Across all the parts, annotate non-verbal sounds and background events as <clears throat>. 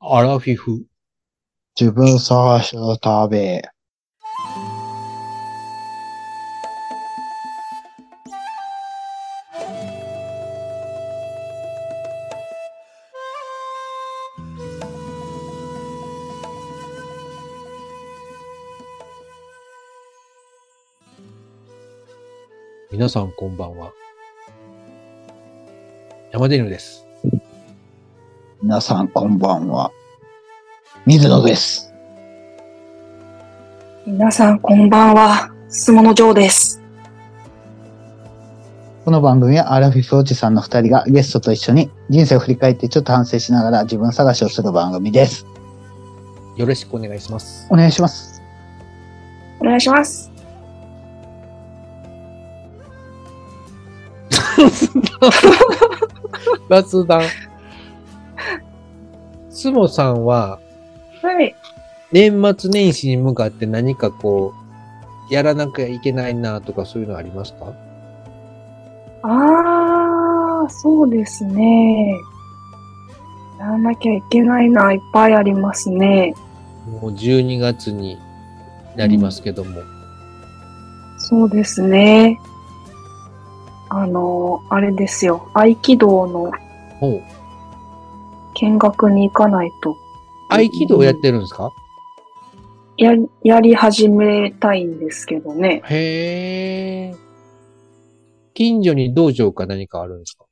アラフィフ。自分探しの旅。皆さんこんばんは。山出犬です。皆さんこんばんは。水野です。皆さんこんばんは。すものジョーです。この番組はアラフィフおじさんの二人がゲストと一緒に人生を振り返ってちょっと反省しながら自分探しをする番組です。よろしくお願いします。お願いします。お願いします。雑談。スモさんははい。年末年始に向かって何かこう、やらなきゃいけないなとかそういうのありますかあー、そうですね。やらなきゃいけないな、いっぱいありますね。もう12月になりますけども。そうですね。あの、あれですよ。合気道のほう。見学に行かないと、合気道やってるんですかや、やり始めたいんですけどね。へー。近所に道場か何かあるんですか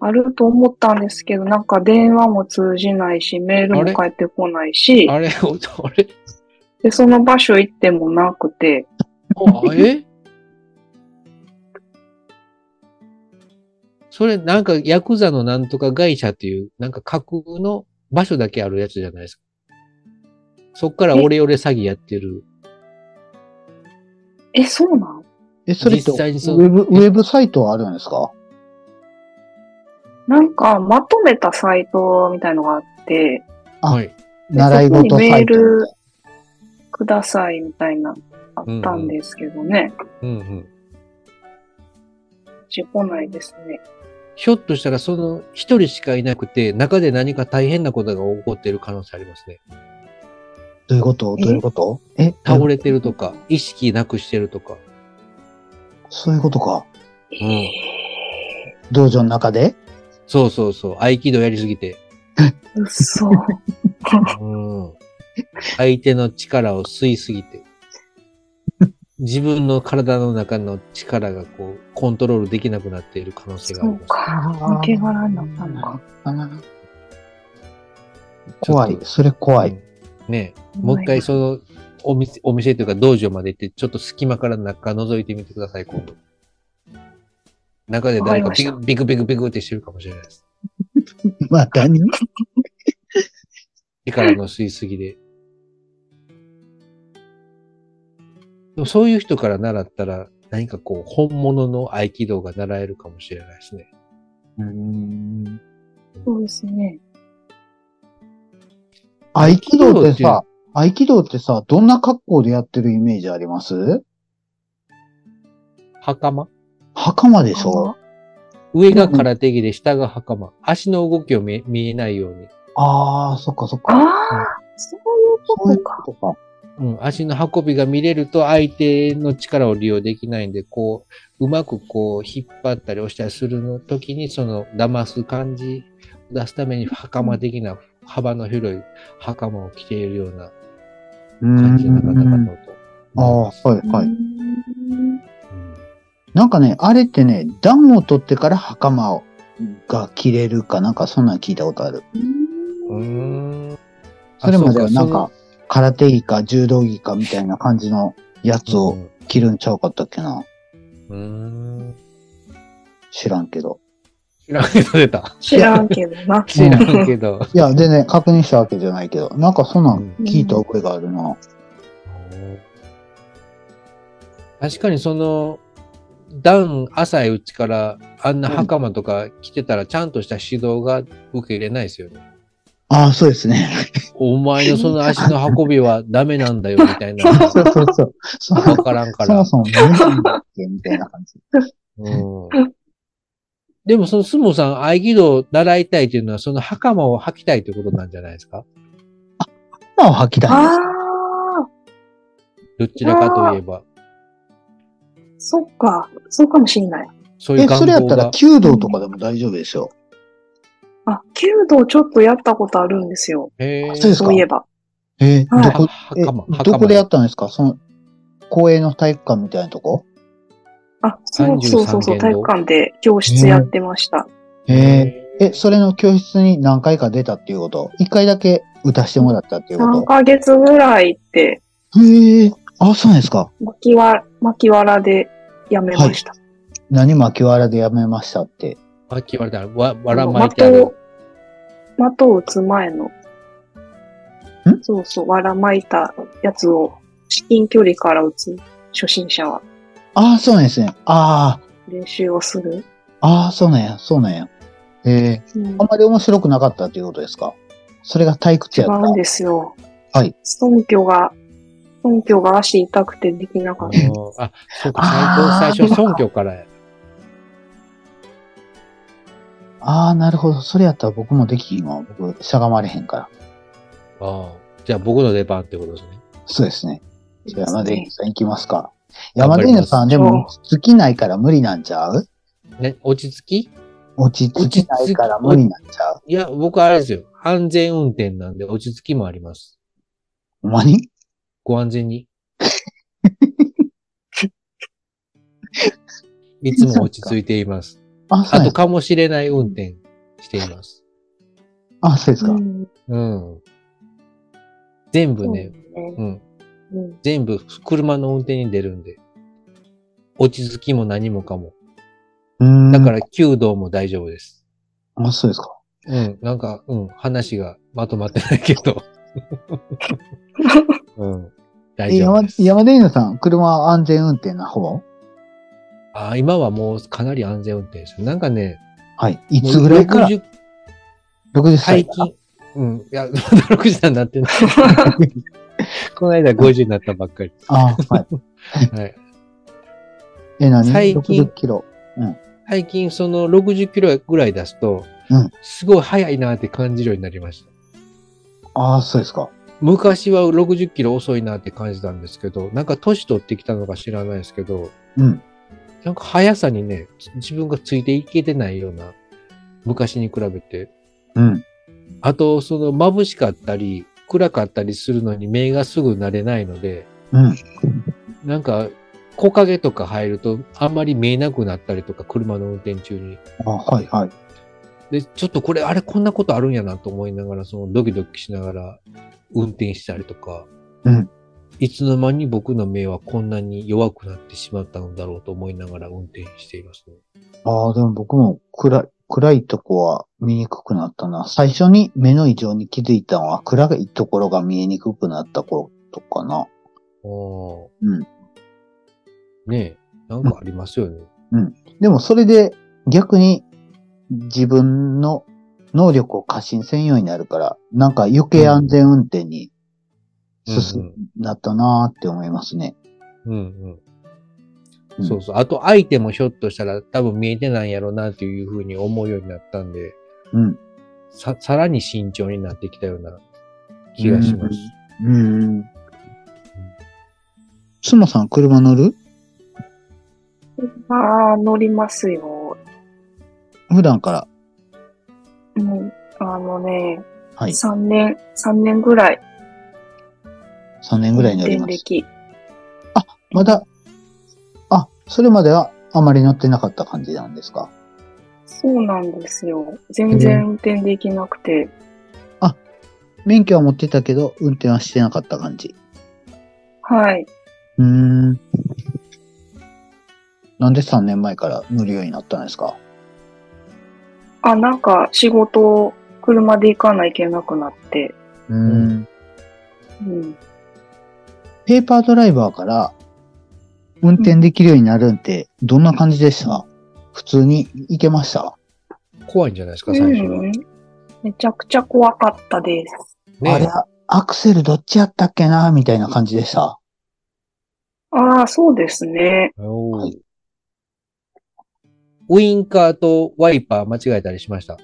あると思ったんですけど、なんか電話も通じないし、メールあもれ返ってこないし、あれあれで、その場所行ってもなくて、 <laughs> あ、えそれ、なんか、ヤクザのなんとか会社っていう、なんか架空の場所だけあるやつじゃないですか。そっからオレオレ詐欺やってる。え、そうなんえ、それってウ実際にそうェブ、ウェブサイトはあるんですかなんか、まとめたサイトみたいのがあって、あはい。で習いそこに事サメーイト。ルくださいみたいな、あったんですけどね。うんうん。し、こないですね。ひょっとしたら、その、一人しかいなくて、中で何か大変なことが起こってる可能性ありますね。どういうことどういうことえ、倒れてるとか、意識なくしてるとか。そういうことか。うんえ道場の中でそうそうそう。合気道やりすぎて。ー、嘘。うん。相手の力を吸いすぎ <laughs> て。自分の体の中の力がこう、コントロールできなくなっている可能性があそりまうす。か。抜け殻になったのか。怖ちょいっ。とそれ怖い。。ねえもう一回その、お店、お店というか道場まで行って、ちょっと隙間から中覗いてみてください、今度。中で誰かわかビりましたクビクビクビクってしてるかもしれないです。またに力の吸いすぎで。でもそういう人から習ったら、何かこう、本物の合気道が習えるかもしれないですね。そうですね。合気道ってさ、合気道ってさ、どんな格好でやってるイメージあります袴袴でしょ上が空手着で下が袴。足の動きを見え見えないように。ああ、そっかそっあか。あ、そういうこそういとうか。ことか。うん、足の運びが見れると相手の力を利用できないんで、こう、うまくこう、引っ張ったり押したりするの時に、その、騙す感じを出すために、袴的な幅の広い袴を着ているようなう感じの方々ん。と。ああ、はいはうーい。んうんなんかね、あれってね、暖を取ってから袴をが着れるかなんかそんなん聞いたことある。うーんうん。それまではなんあか、空手着か柔道着かみたいな感じのやつそうをか着るんちゃうかったっけな。そのうん。うん知らんけど。知らんけど出た。知らんけどな。知らんけど。いや、全然確認したわけじゃないけど、なんかそんなん聞いた覚えがあるな。確かにその、段浅いうちからあんな袴とか着てたらちゃんとした指導が受け入れないですよね。ああ、そうですね。お前のその足の運びはダメなんだよみたいな。わそうそうそう。そからんかそらも。そも何なんだっけみたいな感じ。うんでもそのスモさん、合気道習いたいというのは、その袴を履きたいということなんじゃないですか今を吐き出す。ああ、どちらかといえば。そっか。そうかもしんない。そういうえ、願それやっ望たがら。弓道とかでも大丈夫ですよ。あ、弓道ちょっとやったことあるんですよ。へそうですかそういえば。えはいどこ、え袴袴どこでやったんですかその、公営の体育館みたいなとこあ、そうそうそうそう、 33体育館で教室やってました。えー、え、それの教室に何回か出たっていうこと一回だけ歌してもらったっていう3こヶ月ぐらいって、とへえー、あ、そうなんですか。巻きわ巻きわらでやめました。何巻きわらでやめましたって。さっき言われたら、わ、わらあのまいてある。的を、的を打つ前の。そうそう、わらまいたやつを至近距離から打つ初心者はああ、そうなんですね。あ練習をする。あ、ああ、そうなんや、そうなんや。ええうんあんまり面白くなかったっていうことですかそれが退屈違やった。うんですよ。はい。尊虚が、尊虚が足痛くてできなかった。うんあ、そうか、最あー初、最初、尊虚からや。ああ、なるほど。それやったら僕もできひんわ。僕、しゃがまれへんから。あーじゃあ、僕の出番ってことですね。そうですね。じゃあ、山出ですね犬さん行きますか。頑山張出ります犬さん、でも、尽きないから無理なんちゃうね、落ち着き落ち着きないから無理なんちゃういや、僕あれですよ。安全運転なんで落ち着きもあります。ほんまにご安全 <laughs> に。いつも落ち着いています。あ、そうあでと、すか。かもしれない運転しています。あ、そうですか。うんうん。全部そうねね、うん。うん全部車の運転に出るんで。落ち着きも何もかも。うーん。だから、弓道も大丈夫です。ら。あ、そうですか。うん。なんか、うん。話がまとまってないけ <laughs> ど。うん。大え丈夫山です。山出犬さん、車は安全運転な方あー今はもうかなり安全運転ですよ。なんかね、はい。いつぐらいからもう60 ?60 歳最から。近。うん。いや、 <laughs> まだ60歳になってない。 <laughs> この間50になったばっかり。あ、はい。はい、え、何最近 ?60 キロ。最近、その60キロぐらい出すと、うんすごい速いなって感じるようになりました。ああ、そうですか。昔は60キロ遅いなって感じたんですけど、なんか年取ってきたのか知らないですけど、うん。なんか速さにね、自分がついていけてないような、昔に比べて。うん。あと、その眩しかったり、暗かったりするのに目がすぐ慣れないので、うん。なんか、木陰とか入ると、あんまり見えなくなったりとか、車の運転中に。あはい、はい。で、ちょっとこれ、あれ、こんなことあるんやなと思いながら、そのドキドキしながら運転したりとか、うんいつの間に僕の目はこんなに弱くなってしまったんだろうと思いながら運転していますね。ああ、でも僕も暗い、暗いとこは見にくくなったな。最初に目の異常に気づいたのは暗いところが見えにくくなったことかな。あうん。ねえ、なんかありますよね。でもそれで逆に自分の能力を過信せんようになるから、なんか余計安全運転に進、うんなったなーって思いますね。うんうん。うんそうそう。あと、相手もひょっとしたら多分見えてないんやろうなっていうふうに思うようになったんで、うん。さ、さらに慎重になってきたような気がします。うん。つもさん車乗るああ、乗りますよ。普段から。もう、あのね、はい。 3年、三年ぐらい、 3年ぐらい乗り転ます。歴。まだ、あ、それまではあまり乗ってなかった感じなんですかそうなんですよ。全然運転できなくて、免許は持ってたけど、運転はしてなかった感じ。はい。うーん。なんで3年前から乗るようになったんですかあ、なんか仕事を車で行かないといけなくなって、うーん。うん。ペーパードライバーから運転できるようになるんって、どんな感じでした普通に行けました怖いんじゃないですか、最初は。うねんめちゃくちゃ怖かったです。あれ、アクセルどっちやったっけなみたいな感じでした。ああ、そうですね。おーはいウインカーとワイパー間違えたりしました。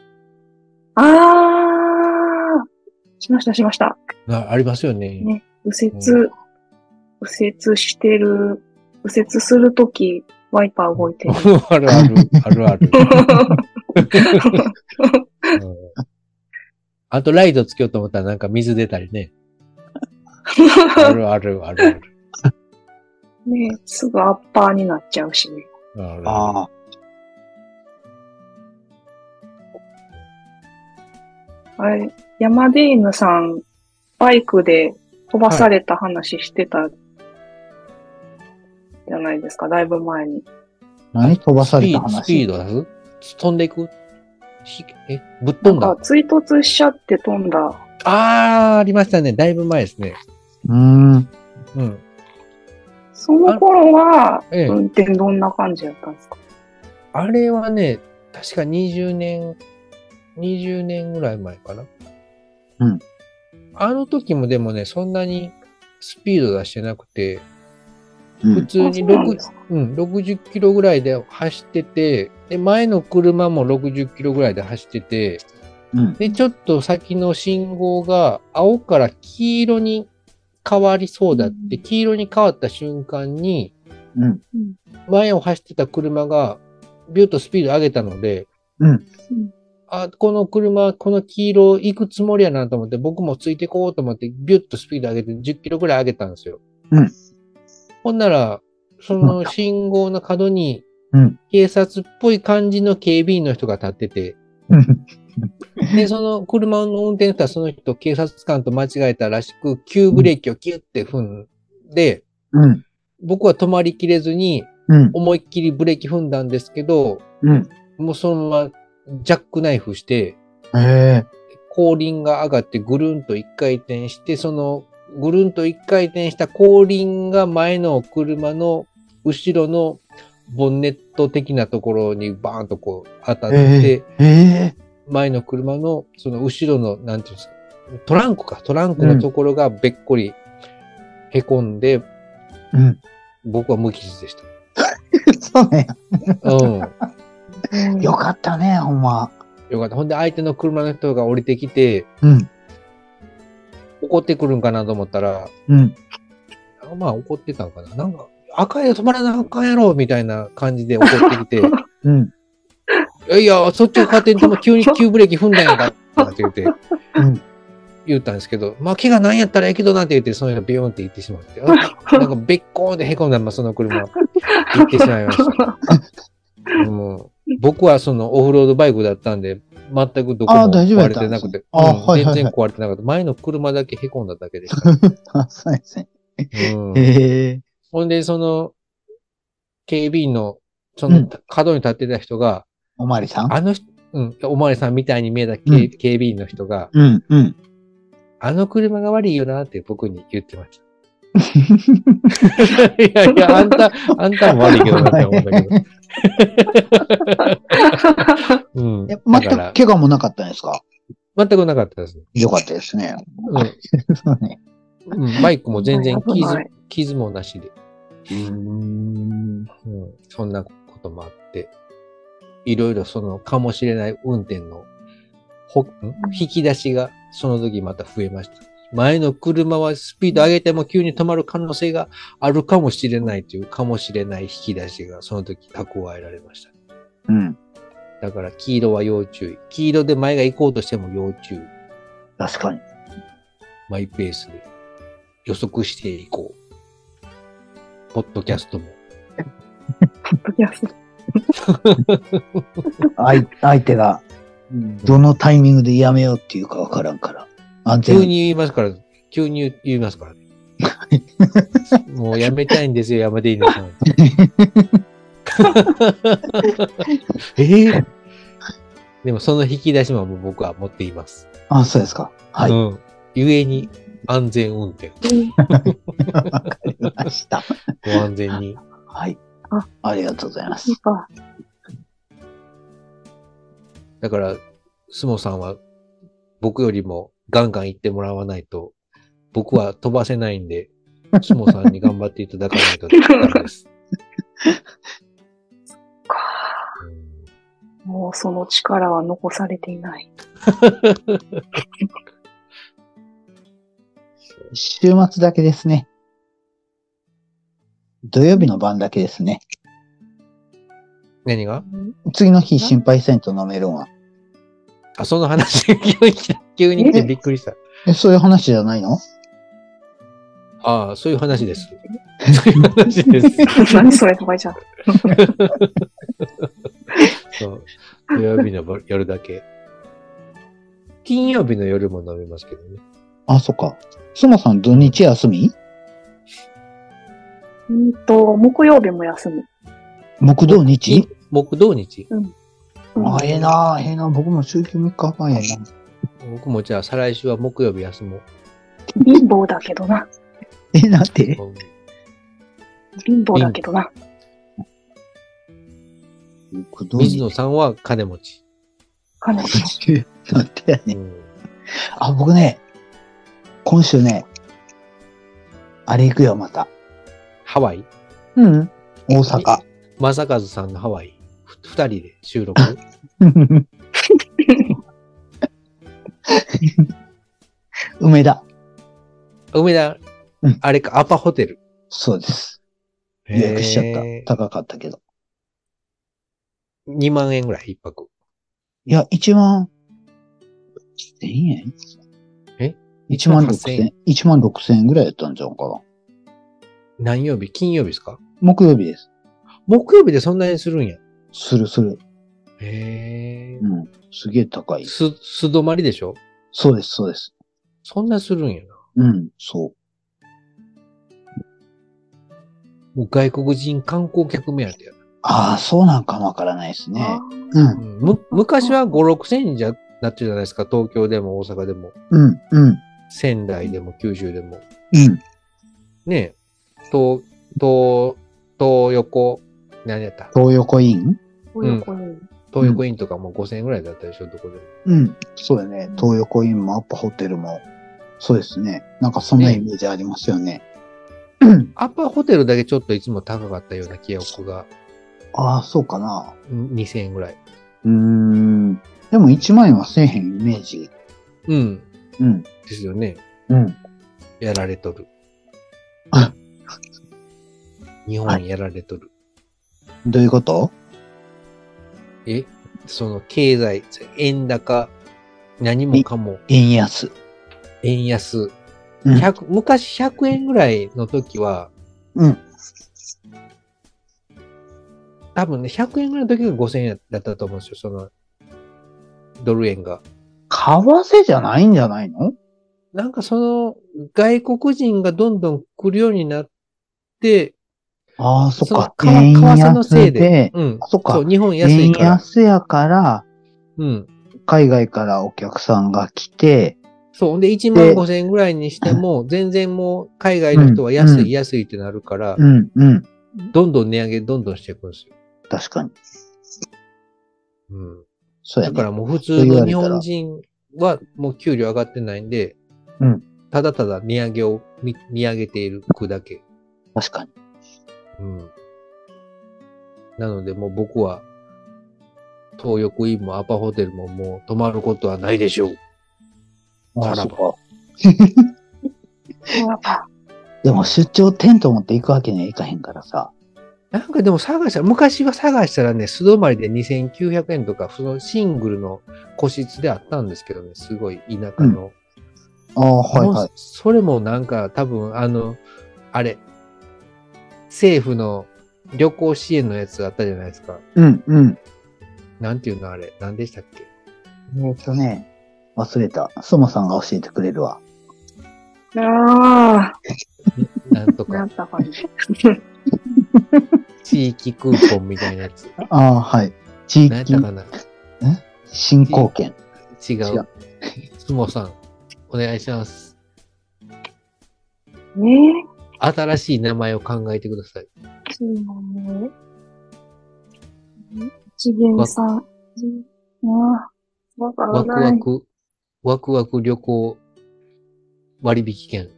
あー、しました、しました。あありますよね。ね右折、う右折してる、右折するとき、ワイパー動 <laughs> いてる。 <laughs> あるある、あるある。うんあとライトつけようと思ったらなんか水出たり <laughs> ね。あるあるあるある。ねすぐアッパーになっちゃうしね。あるあるああ。あれ、山ディーヌさん、バイクで飛ばされた話してた、じゃないですか、だいぶ前に。何飛ばされスピたード話スピード出す飛んでいくひえ、ぶっ飛んなだんか追突しちゃって飛んだ。あー、ありましたね。だいぶ前ですね。うーん。うん。その頃は、ええ運転どんな感じだったんですかあれはね、確か20年、20年ぐらい前かな。うん。あの時もでもね、そんなにスピード出してなくて、う普ん。通あそにうなんで 6, すかうん、60キロぐらいで走ってて、で、前の車も60キロぐらいで走ってて、うん。で、ちょっと先の信号が青から黄色に変わりそうだって、うん黄色に変わった瞬間に、うん。前を走ってた車がビュッとスピード上げたので、うんあ、この車、この黄色行くつもりやなと思って、僕もついてこうと思って、ビュッとスピード上げて10キロぐらい上げたんですよ。うん。ほんなら、その信号の角にうん、警察っぽい感じの警備員の人が立ってて、うん。で、その車の運転手はその人警察官と間違えたらしく、急ブレーキをキュッて踏んで、うん。僕は止まりきれずに、うん。思いっきりブレーキ踏んだんですけど、うん。もうそのままジャックナイフして、ええ。後輪が上がってぐるんと一回転して、そのぐるんと一回転した後輪が前の車の後ろのボンネット的なところにバーンとこう当たって、ええ。前の車のその後ろの、なんていうんですか、トランクか、トランクのところがべっこり凹んで、うん。 <laughs> 僕は無傷でした。そうね。うん。うんよかったね、ほんま。よかった。ほんで相手の車の人が降りてきて、うん。怒ってくるんかなと思ったら、うん。まあ怒ってたんかな。なんか、赤い止まらなあかんやろみたいな感じで怒ってきて、 <laughs> いうん。やいや、そっちが勝手に止ま急に急ブレーキ踏んだんやんかって言って、うん。言ったんですけど、まあ怪我なんやったらええけどなって言って、その人がビヨーンって行ってしま <laughs> って、あなんかべっこーんで凹んだままその車、行ってしまいました。 <laughs> うん僕はそのオフロードバイクだったんで、全くどこもあー大丈夫壊やっれたてんでなすくねて、あーうんはいはいはい全然壊れてなかった。前の車だけ凹んだ <laughs> だけでした。あ、そうですね。うんええ。ほんで、その、警備員の、そうのん、角に立ってた人が、おまわりさんあの人、うん、おまわりさんみたいに見えた警,、うん警備員の人が、うん。うん。あの車が悪いよなって僕に言ってま <laughs> した。いやいや、あんた、あんたも悪いけどなって思うんだけ <laughs> ど。うん。えだ全からく、怪我もなかったんですか全くなかったです。よかったですね。 <laughs> そうね。うん。うんバイクも全然危傷ない、傷もなしで、うーうん。ん。そんなこともあって、いろいろその、かもしれない運転の、ほ、ん引き出しが、その時また増えました。前の車はスピード上げても急に止まる可能性があるかもしれないというかもしれない引き出しがその時蓄えられました。うん。だから黄色は要注意。黄色で前が行こうとしても要注意。確かに。マイペースで予測していこう。ポッドキャストも。いやそう相相手が、どのタイミングでやめようっていうかわからんから。安急全に。に言いますから、急に言いますから <laughs> ね。もうやめたいんですよ、山でいいのさん。ええでもその引き出しも僕は持っています。あ、そうですか。はい。うわん。ゆえに安全運転。かりました。ご安全に。はいあ。ありがとうございますなん。か、だから、相撲さんは僕よりもガンガン行ってもらわないと、僕は飛ばせないんで、相撲さんに頑張っ <laughs> ていただかないとダメです。うんもうその力は残されていない。週末だけですね。土曜日の晩だけですね。何が次の日心配せんと飲めるんは。あ、その話 <laughs> が急に来た。急に来てびっくりした。え、そういう話じゃないのああ、そういう話 <laughs> です。そういう話です。何それとかじゃん。そう土曜日のば夜だけ。金曜日の夜も飲みますけどね。あ、そっか。すもさん土日休みうんと、木曜日も休み。木土日木土日。うんあ、ええなあええなあ僕も週休3日前やな。僕もじゃあ再来週は木曜日休もう。貧乏だけどな。え、なんてうん貧乏だけどな。木土水野さんは金持ち。金持ち。日。なんてやねうんあ、僕ね、今週ね、あれ行くよ、また。ハワイうん。大阪。正和さんのハワイ。ふ二人で収録。 <laughs> 梅田。梅田うん、あれか、アパホテル。そうです。予約しちゃったへー。高かったけど。 2万円ぐらい、一泊。いや、1万、1000円え ?1 万8000 6000円円。1万6000円ぐらいやったんじゃんかな。何曜日金曜日ですか木曜日です。木曜日でそんなにするんや。するする。へうん。すげえ高え。い。す、素泊まりでしょそうです、そうです。そんなするんやな。うん、そう。もう外国人観光客目当てやな。ああ、そうなんかもわからないですね。う、うんん、む、昔は5、6千じゃ、なってるじゃないですか。東京でも大阪でも、うん、うん、仙台でも九州でも。うん。ねえ。東、東、東横、何やった東横インこういう子に東横インとかも5千円ぐらいだったでしょ、どこでも。うん、そうだね。東横インもアッパホテルも。そうですね。なんかそんなイメージありますよね。うんアパホテルだけちょっといつも高かったような記憶が、 <clears throat> ああ、そうかな。うん2000円ぐらい。うーん。でも1万円はせえへんイメージ。うん。うん、ですよね。うん。やられとるあ。日本やられとる。どういうことえその経済、円高、何もかも、円安。円安。うん100昔100円ぐらいの時は、うん。多分ね、100円ぐらいの時が5000円だったと思うんですよ、その、ドル円が。為替じゃないんじゃないのなんかその、外国人がどんどん来るようになって、ああ、そっか。の為円為替のせい安でで、。うん。そっかう、日本安円いから。安やから、うん。海外からお客さんが来て、そう。ほんで、1万5千円ぐらいにしても、全然もう、海外の人は安うんい、安いってなるから、うん、うん。どんどん値上げ、どんどんしていくんですよ。確かに。うん。そうやだね。からもう普通の日本人は、もう給料上がってないんで、うんただただ値上げを見見上げているくだけ。確かに。うん。なので、もう僕は、東横インもアパホテルももう泊まることはないでしょう。あさあ、らばそっか。やっぱ、でも出張テント持って行くわけにはいかへんからさ。なんかでも探したら、昔は探したらね、素泊まりで2900円とか、そのシングルの個室であったんですけどね、すごい田舎の。ああ、はいもはうい。それもなんか多分、あの、あれ、政府の旅行支援のやつあったじゃないですか。うん、うん。なんていうのあれ、なんでしたっけえっ、とね、忘れた。そもさんが教えてくれるわ。あなんとあ、なかん、だかね。地域クーポンみたいなやつ。ああ、はい。地なんやった域かな振興券。 <laughs> 違違うう。つもさん、お願いします。ね新しい名前を考えてください。え、そうなのね。一元さん。ああ、わからワクなワい。ク、ワクワク旅行割引券。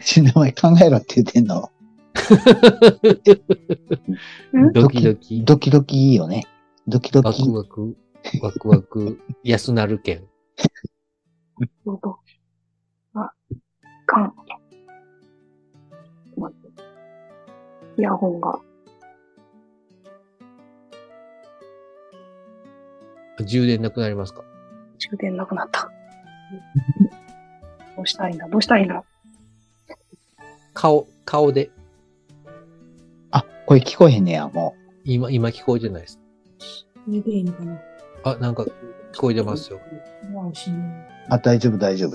新しい名前考えろって言ってんの。ドキドキ、ドキドキいいよね。ドキドワキク。ワク、ワクワク、安なるけん。喉が、ガン。待ってイヤホンが、充電なくなりますか充電なくなった。 <laughs> どうしたらいいんだどうしたらいいんだ顔、顔で。あ、これ聞こえへんねや、も今、今聞こえてないです。それでいいのかなあ、なんか聞こえてますよ。。まあ、おしまう。あ、大丈夫、大丈夫。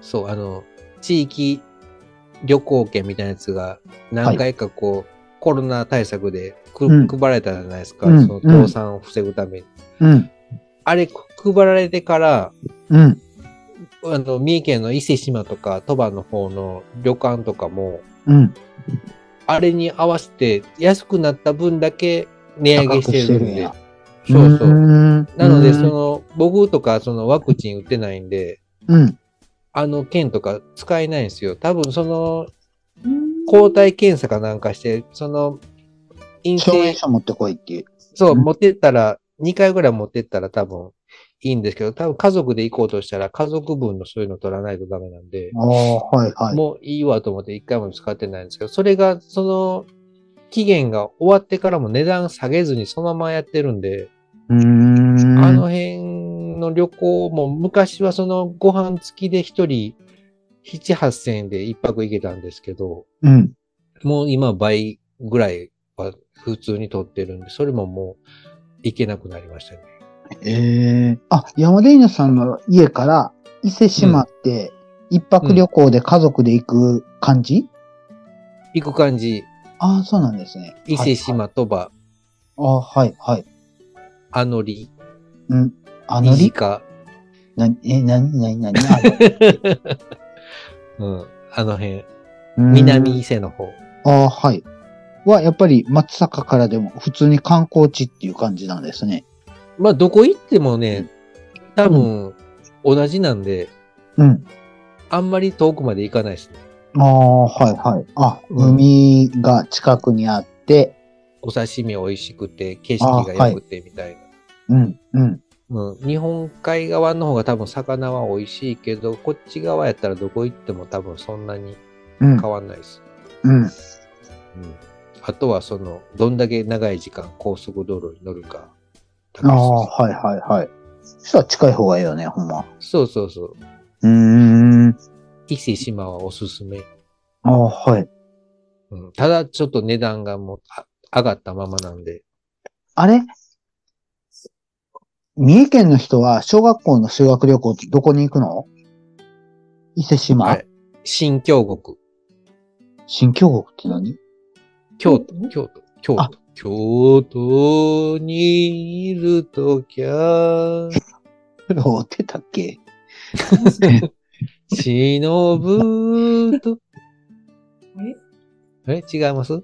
そう、あの、地域旅行券みたいなやつが何回かこう、コロナ対策でく、うん配られたじゃないですか。うんその倒産を防ぐために。うん、あれ配られてから、うん、あの、三重県の伊勢島とか鳥羽の方の旅館とかも、うん。あれに合わせて安くなった分だけ値上げしてるんで高。くしてるそんやうそう。ーんなのうで、ーんその、僕とかそのワクチン打ってないんで、うん。あの券とか使えないんですよ。多分そのうん抗体検査かなんかして、その、陰証明性、書持ってこいっていう。そう、うん持ってったら、2回ぐらい持ってったら多分いいんですけど、多分家族で行こうとしたら家族分のそういうの取らないとダメなんで、ああ、はい、はい。もういいわと思って1回も使ってないんですけど、それが、その、期限が終わってからも値段下げずにそのままやってるんで、うーん。あの辺の旅行も昔はそのご飯付きで一人7、8000円で一泊行けたんですけど、うん。もう今倍ぐらいは普通に取ってるんで、それももう行けなくなりましたね。ええあ、山田犬さんの家から伊勢島って、一泊旅行で家族で行く感じ、行く感じ、ああ、そうなんですね。伊勢島、鳥羽、はいはい。ああ、はい、はい。あのり、うん。あのいじり、か、 <laughs> なに、え、なに、なに、なにあのうん、あの辺、うーん南伊勢の方。ああ、はい。は、やっぱり松坂からでも普通に観光地っていう感じなんですね。まあ、どこ行ってもね、多分同じなんで、うん。あんまり遠くまで行かないですね。ああ、はいはい。あ、うん海が近くにあって、お刺身美味しくて、景色が良くてみたいな。うん、うん。うん、日本海側の方が多分魚は美味しいけど、こっち側やったらどこ行っても多分そんなにうん変、わんないです。うん。うん、あとはその、どんだけ長い時間高速道路に乗るか。ああ、はいはいはい。そしたら近い方がいいよね、ほんま。そうそうそう。うーん。伊勢島はおすすめ。ああ、はい。うん、ただちょっと値段がもうあ上がったままなんで。あれ三重県の人は小学校の修学旅行ってどこに行くの伊勢島、はい新京極。新京極って何 <laughs> 京都、京都、京あ都。京都にいるときゃ、 <laughs> おってたっけ <laughs> 忍ぶと。ええ違います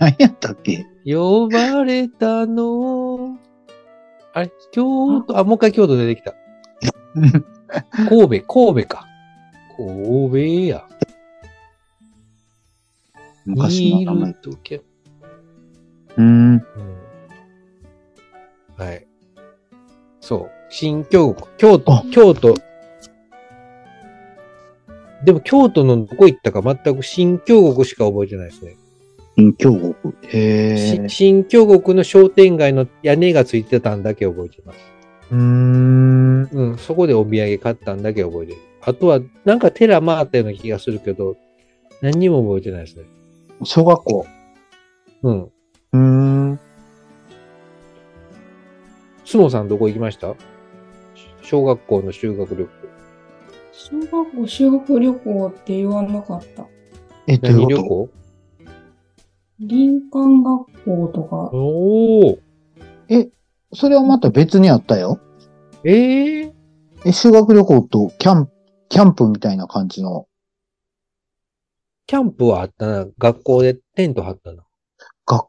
何やったっけ呼ばれたの。あれ京都、あ、もう一回京都出てきた。神戸、神戸か。神戸や。昔の名前い。るときゃ。うーん。うんはい。そう。新京極、京あ都、京都。でも京都のどこ行ったか全く新京極しか覚えてないですね。新京極。へえし。新京極の商店街の屋根がついてたんだけ覚えてます。うーん。うん、そこでお土産買ったんだけ覚えてる。あとは、なんか寺回ったような気がするけど、何にも覚えてないですね。小学校。うん。うーん。スモさんどこ行きました小学校の修学旅行。小学校修学旅行って言わなかった。え、どうい何う旅こ行林間学校とか、おー。とそれはまた別にあったよ。ええー。え、修学旅行とキャンプ、キャンプみたいな感じの。キャンプはあったな。学校でテント張ったな。学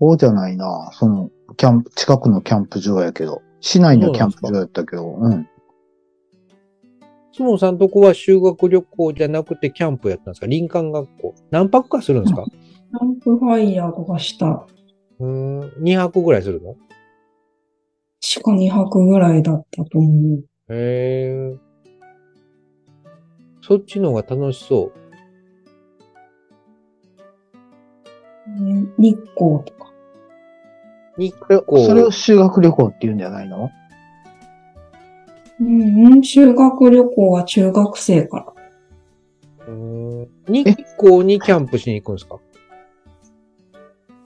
校じゃないな。その、キャンプ、近くのキャンプ場やけど。市内のキャンプ場やったけど、うん。つもさんとこは修学旅行じゃなくてキャンプやったんですか林間学校。何泊かするんですかキャンプファイヤーとかした。うーん、2泊ぐらいするのしか2泊ぐらいだったと思う。へえ。そっちの方が楽しそう。ね日光とか。日それを光それを修学旅行って言うんじゃないのうんうん、修学旅行は中学生から。うーん日光にキャンプしに行くんですか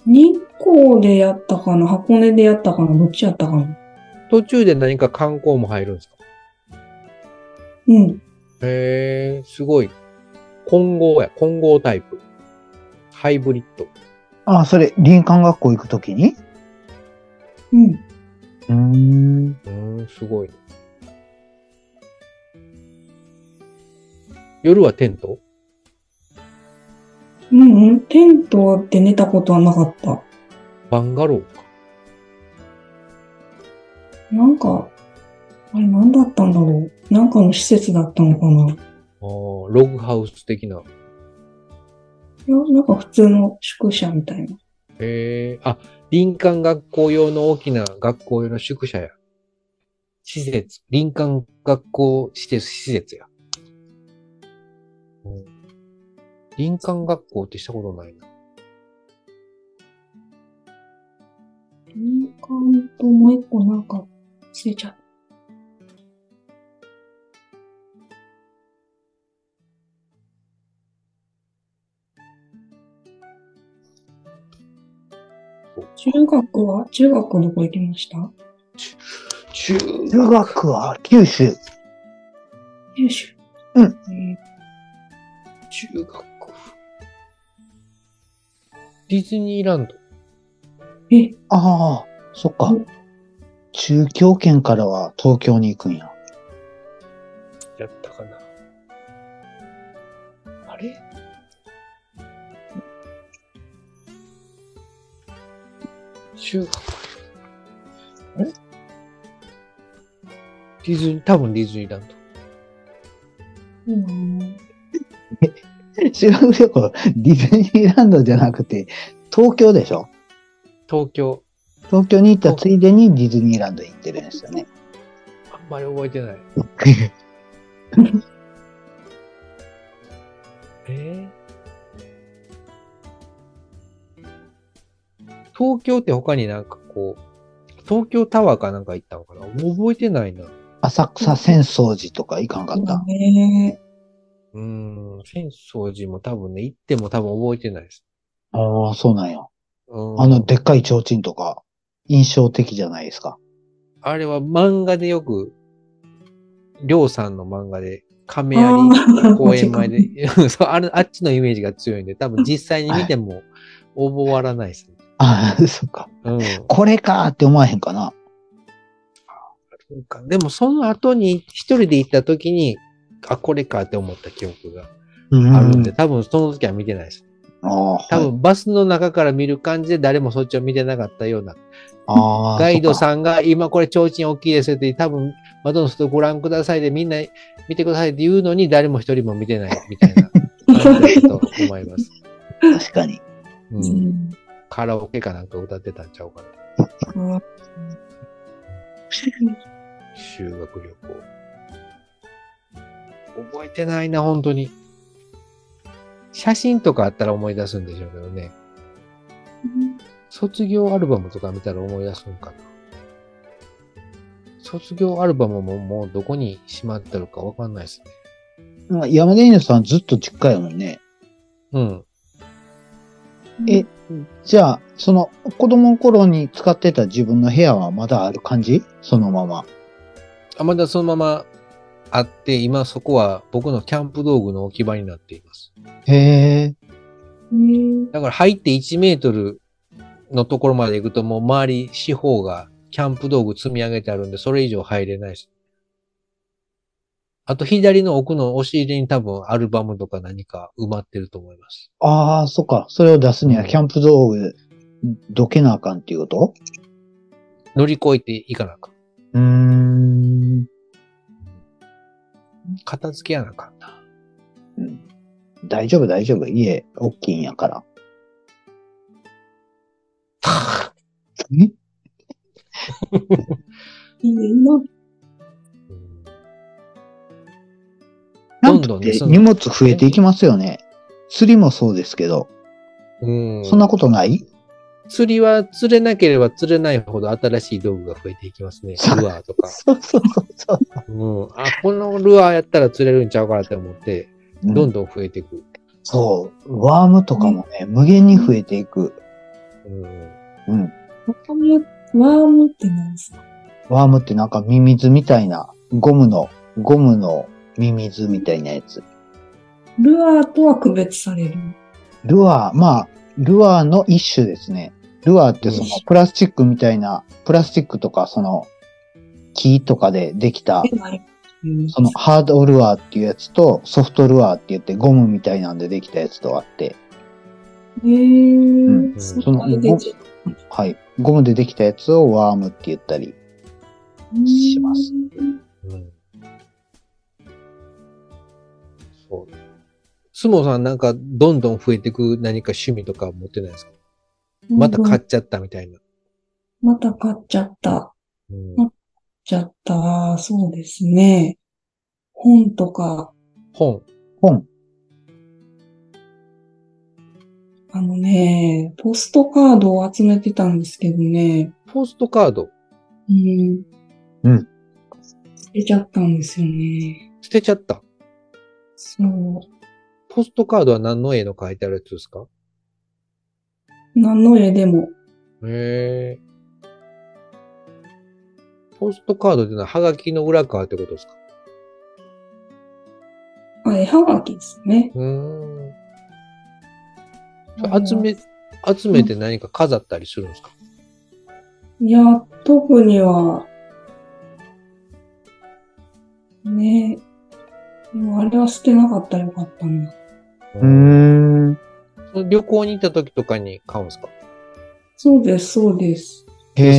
日光でやったかな箱根でやったかなどっちやったかな途中で何か観光も入るんですかうん。へえ、すごい。混合や、混合タイプ。ハイブリッド。あ、それ、林間学校行くときにうん。うーん。うーん、すごい。夜はテントうんうん。テントで寝たことはなかった。バンガローか。なんか、あれ何だったんだろう。なんかの施設だったのかなあーログハウス的な。いや、なんか普通の宿舎みたいな。へえ、あ、林間学校用の大きな学校用の宿舎や。施設、林間学校施設、施設や。うん林間学校ってしたことないな。林間ともう一個なんか忘れちゃった。中学は中学どこ行きました中中学は九州。九州。うんん。中学。ディズニーランド。え、ああ、そっかうん。中京圏からは東京に行くん <laughs> や。やったかな。あれ中学。あれディズニー、多分ディズニーランド。いいなぁ修学旅行、ディズニーランドじゃなくて、東京でしょ東京。東京に行ったついでにディズニーランド行ってるんです <laughs> よね。あんまり覚えてない。えー東京って他になんかこう、東京タワーかなんか行ったのかなもう覚えてないな。浅草浅草寺とか行かんかっ。た。ねうーん、浅草寺も多分ね、行っても多分覚えてないです。ああ、そうなんや。うん、あの、でっかい提灯とか、印象的じゃないですか。あれは漫画でよく、りょうさんの漫画で、亀あ有ー公園 <laughs> 前で、 <laughs> そうあの、あっちのイメージが強いんで、多分実際に見ても覚わらないですね。あ <laughs> あ、そっか。うんこれかーって思わへんかな。そうか。でもその後に一人で行った時に、あ、これかって思った記憶がうんあるんで、多分その時は見てないです。ああ、多はい分バスの中から見る感じで誰もそっちを見てなかったような。ああガイドさんが今これ提灯大きいですよって多分窓の外ご覧くださいでみんな見てくださいって言うのに誰も一人も見てないみたいな感じだと思います。ん。確かに。う、うんん。カラオケかなんか歌ってたんちゃうかな。あ修学旅行。覚えてないな、本当に。写真とかあったら思い出すんでしょうけどね。卒業アルバムとか見たら思い出すんかな。卒業アルバムももうどこにしまってるかわかんないですね。まあ山田犬さんずっと実家やもんね。うん。えじゃあ、その、子供の頃に使ってた自分の部屋はまだある感じそのまま。あ、まだそのままあって、今そこは僕のキャンプ道具の置き場になっています。へえ。えー、だから入って1メートルのところまで行くともう周り四方がキャンプ道具積み上げてあるんで、それ以上入れないし。あと左の奥の押し入れに多分アルバムとか何か埋まってると思います。ああ、そっか。それを出すにはうんキャンプ道具、どけなあかんっていうこと乗り越えていかなあかん。うーん。片付けやなあかんな。うん。大丈夫、大丈夫。家、大きいんやから。えいいな。うんなどんんとどんっねてその荷物増えていきますよね。釣りもそうですけど、うんそんなことない <laughs> 釣りは釣れなければ釣れないほど新しい道具が増えていきますね。そうルアーとか。そうそうそうそう。うん。あ、このルアーやったら釣れるんちゃうかなって思って、うんどんどん増えていく。そう。ワームとかもね、無限に増えていく。うん。うん。ワーム、ワームって何ですかワームってなんかミミズみたいな、ゴムの、ゴムのミミズみたいなやつ。ルアーとは区別される。ルアー、まあ、ルアーの一種ですね。ルアーってそのうんプラスチックみたいな、プラスチックとかその木とかでできた、うんそのハードルアーっていうやつとソフトルアーって言ってゴムみたいなんでできたやつとあって、へぇうんー。そそのれでじはい。ゴムでできたやつをワームって言ったり。します。うん。そう。相撲さんなんかどんどん増えていく何か趣味とか持ってないですかまた買っちゃったみたいな。また買っちゃった。うん。ちゃった。そうですね。本とか、本。本。あのね、ポストカードを集めてたんですけどね、ポストカード。うん。うん。捨てちゃったんですよね。捨てちゃった。そう。ポストカードは何の絵の書いてあるやつですか何の絵でも、へえ。ポストカードっていうのはハガキの裏側ってことですかあ、絵はがきですね。うーん。集め、集めて何か飾ったりするんですかいや、特には、ねでもあれは捨てなかったらよかったな。うーん。その旅行に行った時とかに買うんですかそうです、そうです。へ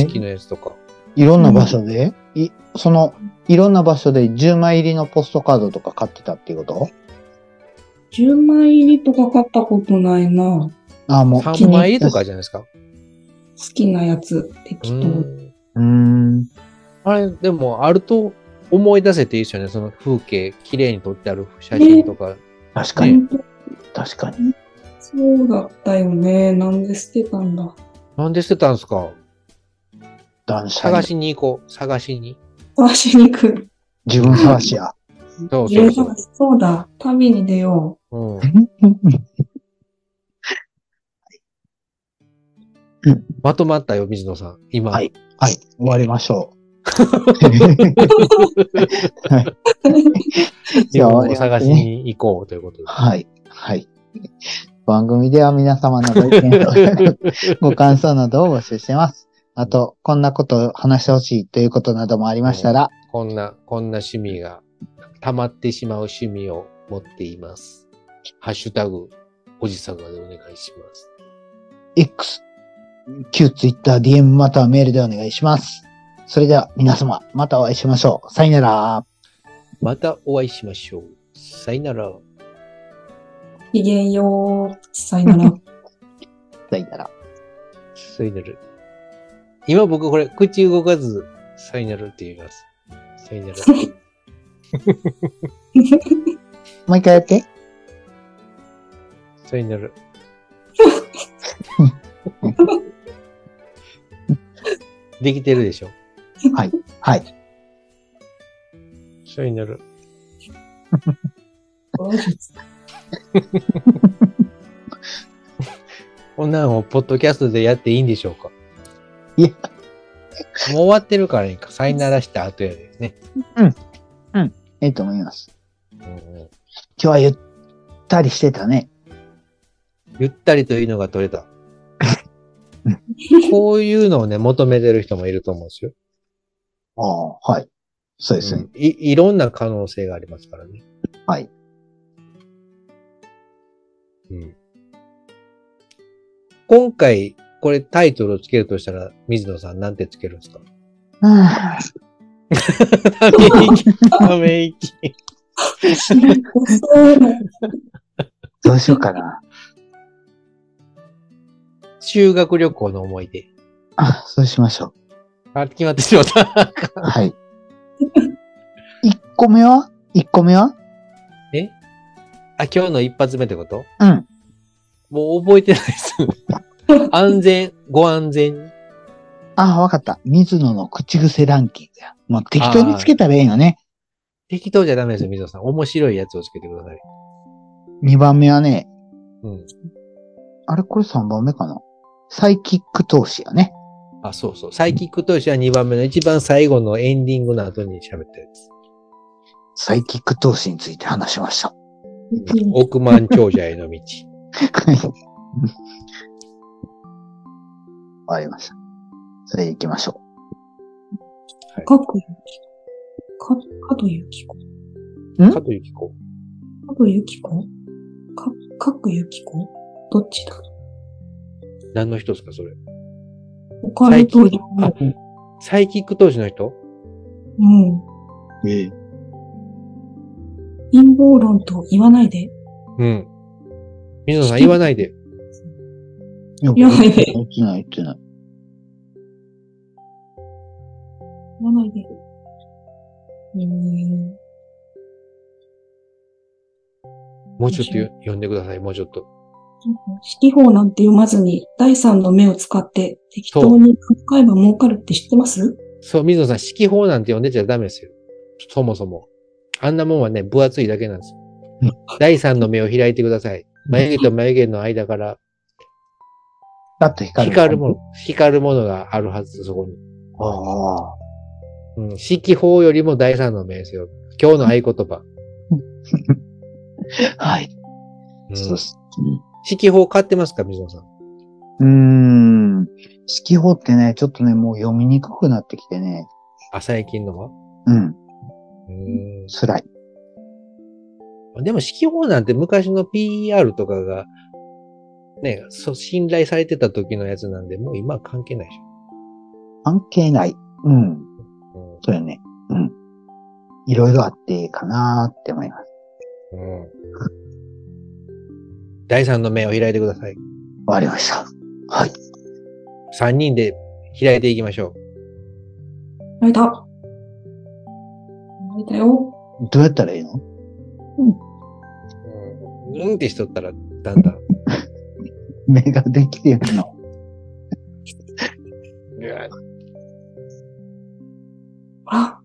景え色のやつとか。いろんな場所で、い、その、いろんな場所で10枚入りのポストカードとか買ってたっていうこと10枚入りとか買ったことないな。ああ、もう。 3枚とかじゃないですか好きなやつ、適うん。当。うーん。あれ、でも、あると思い出せていいですよね。その風景、綺麗に撮ってある写真とか。確かかにに、本当確かに。そうだったよね。なんで捨てたんだ。なんで捨てたんですか断捨探離。しに行こう。探しに。探しに行く。自分探しや。 <laughs> そうそう自分そ探しそうだ。旅に出よう。うん。まとまったよ、水野さん。今。はいはい、終わりましょ <laughs> う。自分を探しに行こうという <laughs> ことで。はい、はい。番組では皆様のご意見、ご感想などを募集してます。あと、こんなことを話してほしいということなどもありましたら、こんな、こんな趣味が、溜まってしまう趣味を持っています。ハッシュタグ、おじさんがでお願いします。 X、旧 Twitter、DM またはメールでお願いします。それでは皆様、またお会いしましょう。さよなら。またお会いしましょう。さよなら。う。機嫌よう。さよなら。さよなら。さよなら。今僕これ、口動かず、さよならって言います。さよなら。もう一回やって。さよなら。できてるでしょはい。さよなら。こんなのをポッドキャストでやっていいんでしょうかいやもう終わってるからいいか。さよならした後やでね。ええと思います。うんうん今日はゆったりしてたね。ゆったりというのが取れた。 <laughs> こういうのをね、求めてる人もいると思うんですよ。ああ、はい。そうですね。うんいいろんな可能性がありますからね。はい。うん、今回、これタイトルをつけるとしたら、水野さんなんてつけ <laughs> るんですかはたあめ息。ため息。そうなどうしようかな。修学旅行の思い出。あ、そうしましょあ、決まってしまった。 <laughs> う。はい。1個目は ?1 個目はえあ、今日の一発目ってことうん。もう覚えてないです。安全、ご安全に。あ、わかった。水野の口癖ランキングや。もう適当につけたらええよね。適当じゃダメですよ、水野さん。面白いやつをつけてください。 2番目はね、うん。あれこれ3番目かなサイキック投資やね。あ、そうそう。サイキック投資は2番目の一番最後のエンディングの後に喋ったやつ。サイキック投資について話しました。 <laughs> ん億万長者への道。はい。終わりました。それで行きましょだ。かくゆき。か、かとゆきこ。かとゆきこ。かとゆきこか、かくゆきこどっちだ何の人ですか、それ。オカルト情報。サイキック投資の人うう。ん。ええ。陰謀論と言わないで。うん。水野さん言わないで。やばいね言ってない、言ってない。言わないで。うーん。もうちょっとよ読んでください、もうちょっと。指揮法なんて読まずに、第三の目を使って、適当に考えば儲かるって知ってますそう、水野さん、指揮法なんて読んでちゃダメですよ。そもそも。あんなもんはね、分厚いだけなんですようん。第三の目を開いてください。眉毛と眉毛の間からだって光る。光るもの、光るものがあるはず、そこに。の。ああ。うん、指揮法よりも第三の目ですよ。今日の合言葉。はい。うん、そうっ指す。揮法買ってますか、水野さん。うん。うーん。四季法ってね、ちょっとね、もう読みにくくなってきてね。あ、最近のは。うん。うん辛い。でも指揮法なんて昔の PR とかが、ね、そう信頼されてた時のやつなんで、もう今は関係ないでし関係ない。うん。ょ。そうよね。うん。いろいろあっていいかなーって思います。うん。うん、第三の目を開いてください。終わりました。はい。三人で開いていきましょ開いた。開いたよ。どうやったらいいのう。うん、うんってしとったら、だんだん、目ができてるの。うわほら。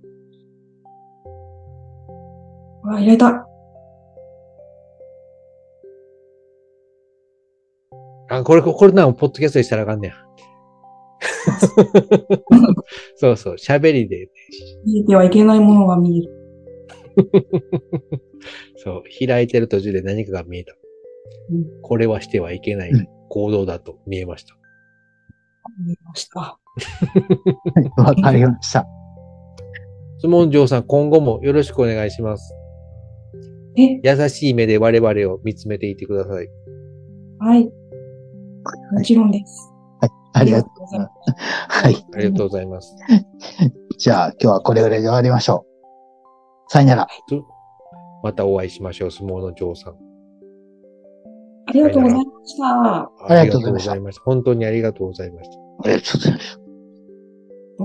ほら、開いた。あ、これ、これなん、ポッドキャストにしたらあかんねや。そうそう、喋りで、見えてはいけないものが見える。そう、開いてる途中で何かが見えたうん。これはしてはいけないうん行動だと見えました。見えました。わかりました。質問嬢さん、今後もよろしくお願いします。え、優しい目で我々を見つめていてください。はい。もちろんです。ありがとう。うございます。はい。ありがとうございます。じゃあ、今日はこれぐらいで終わりましょう。さよなら。とまたお会いしましょう、相撲の嬢さん。ありがとうございました。ありがとうございましたありがとうました。本当にありがとうございました。ありがとうございました。ど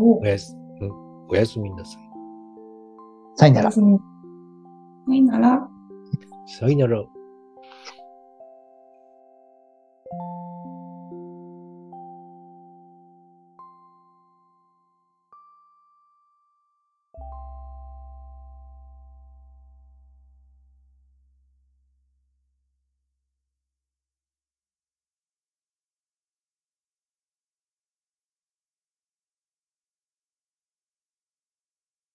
うおやす、うん、おやすみなさい。さよなおらや。すみ。ないなら。さよなら。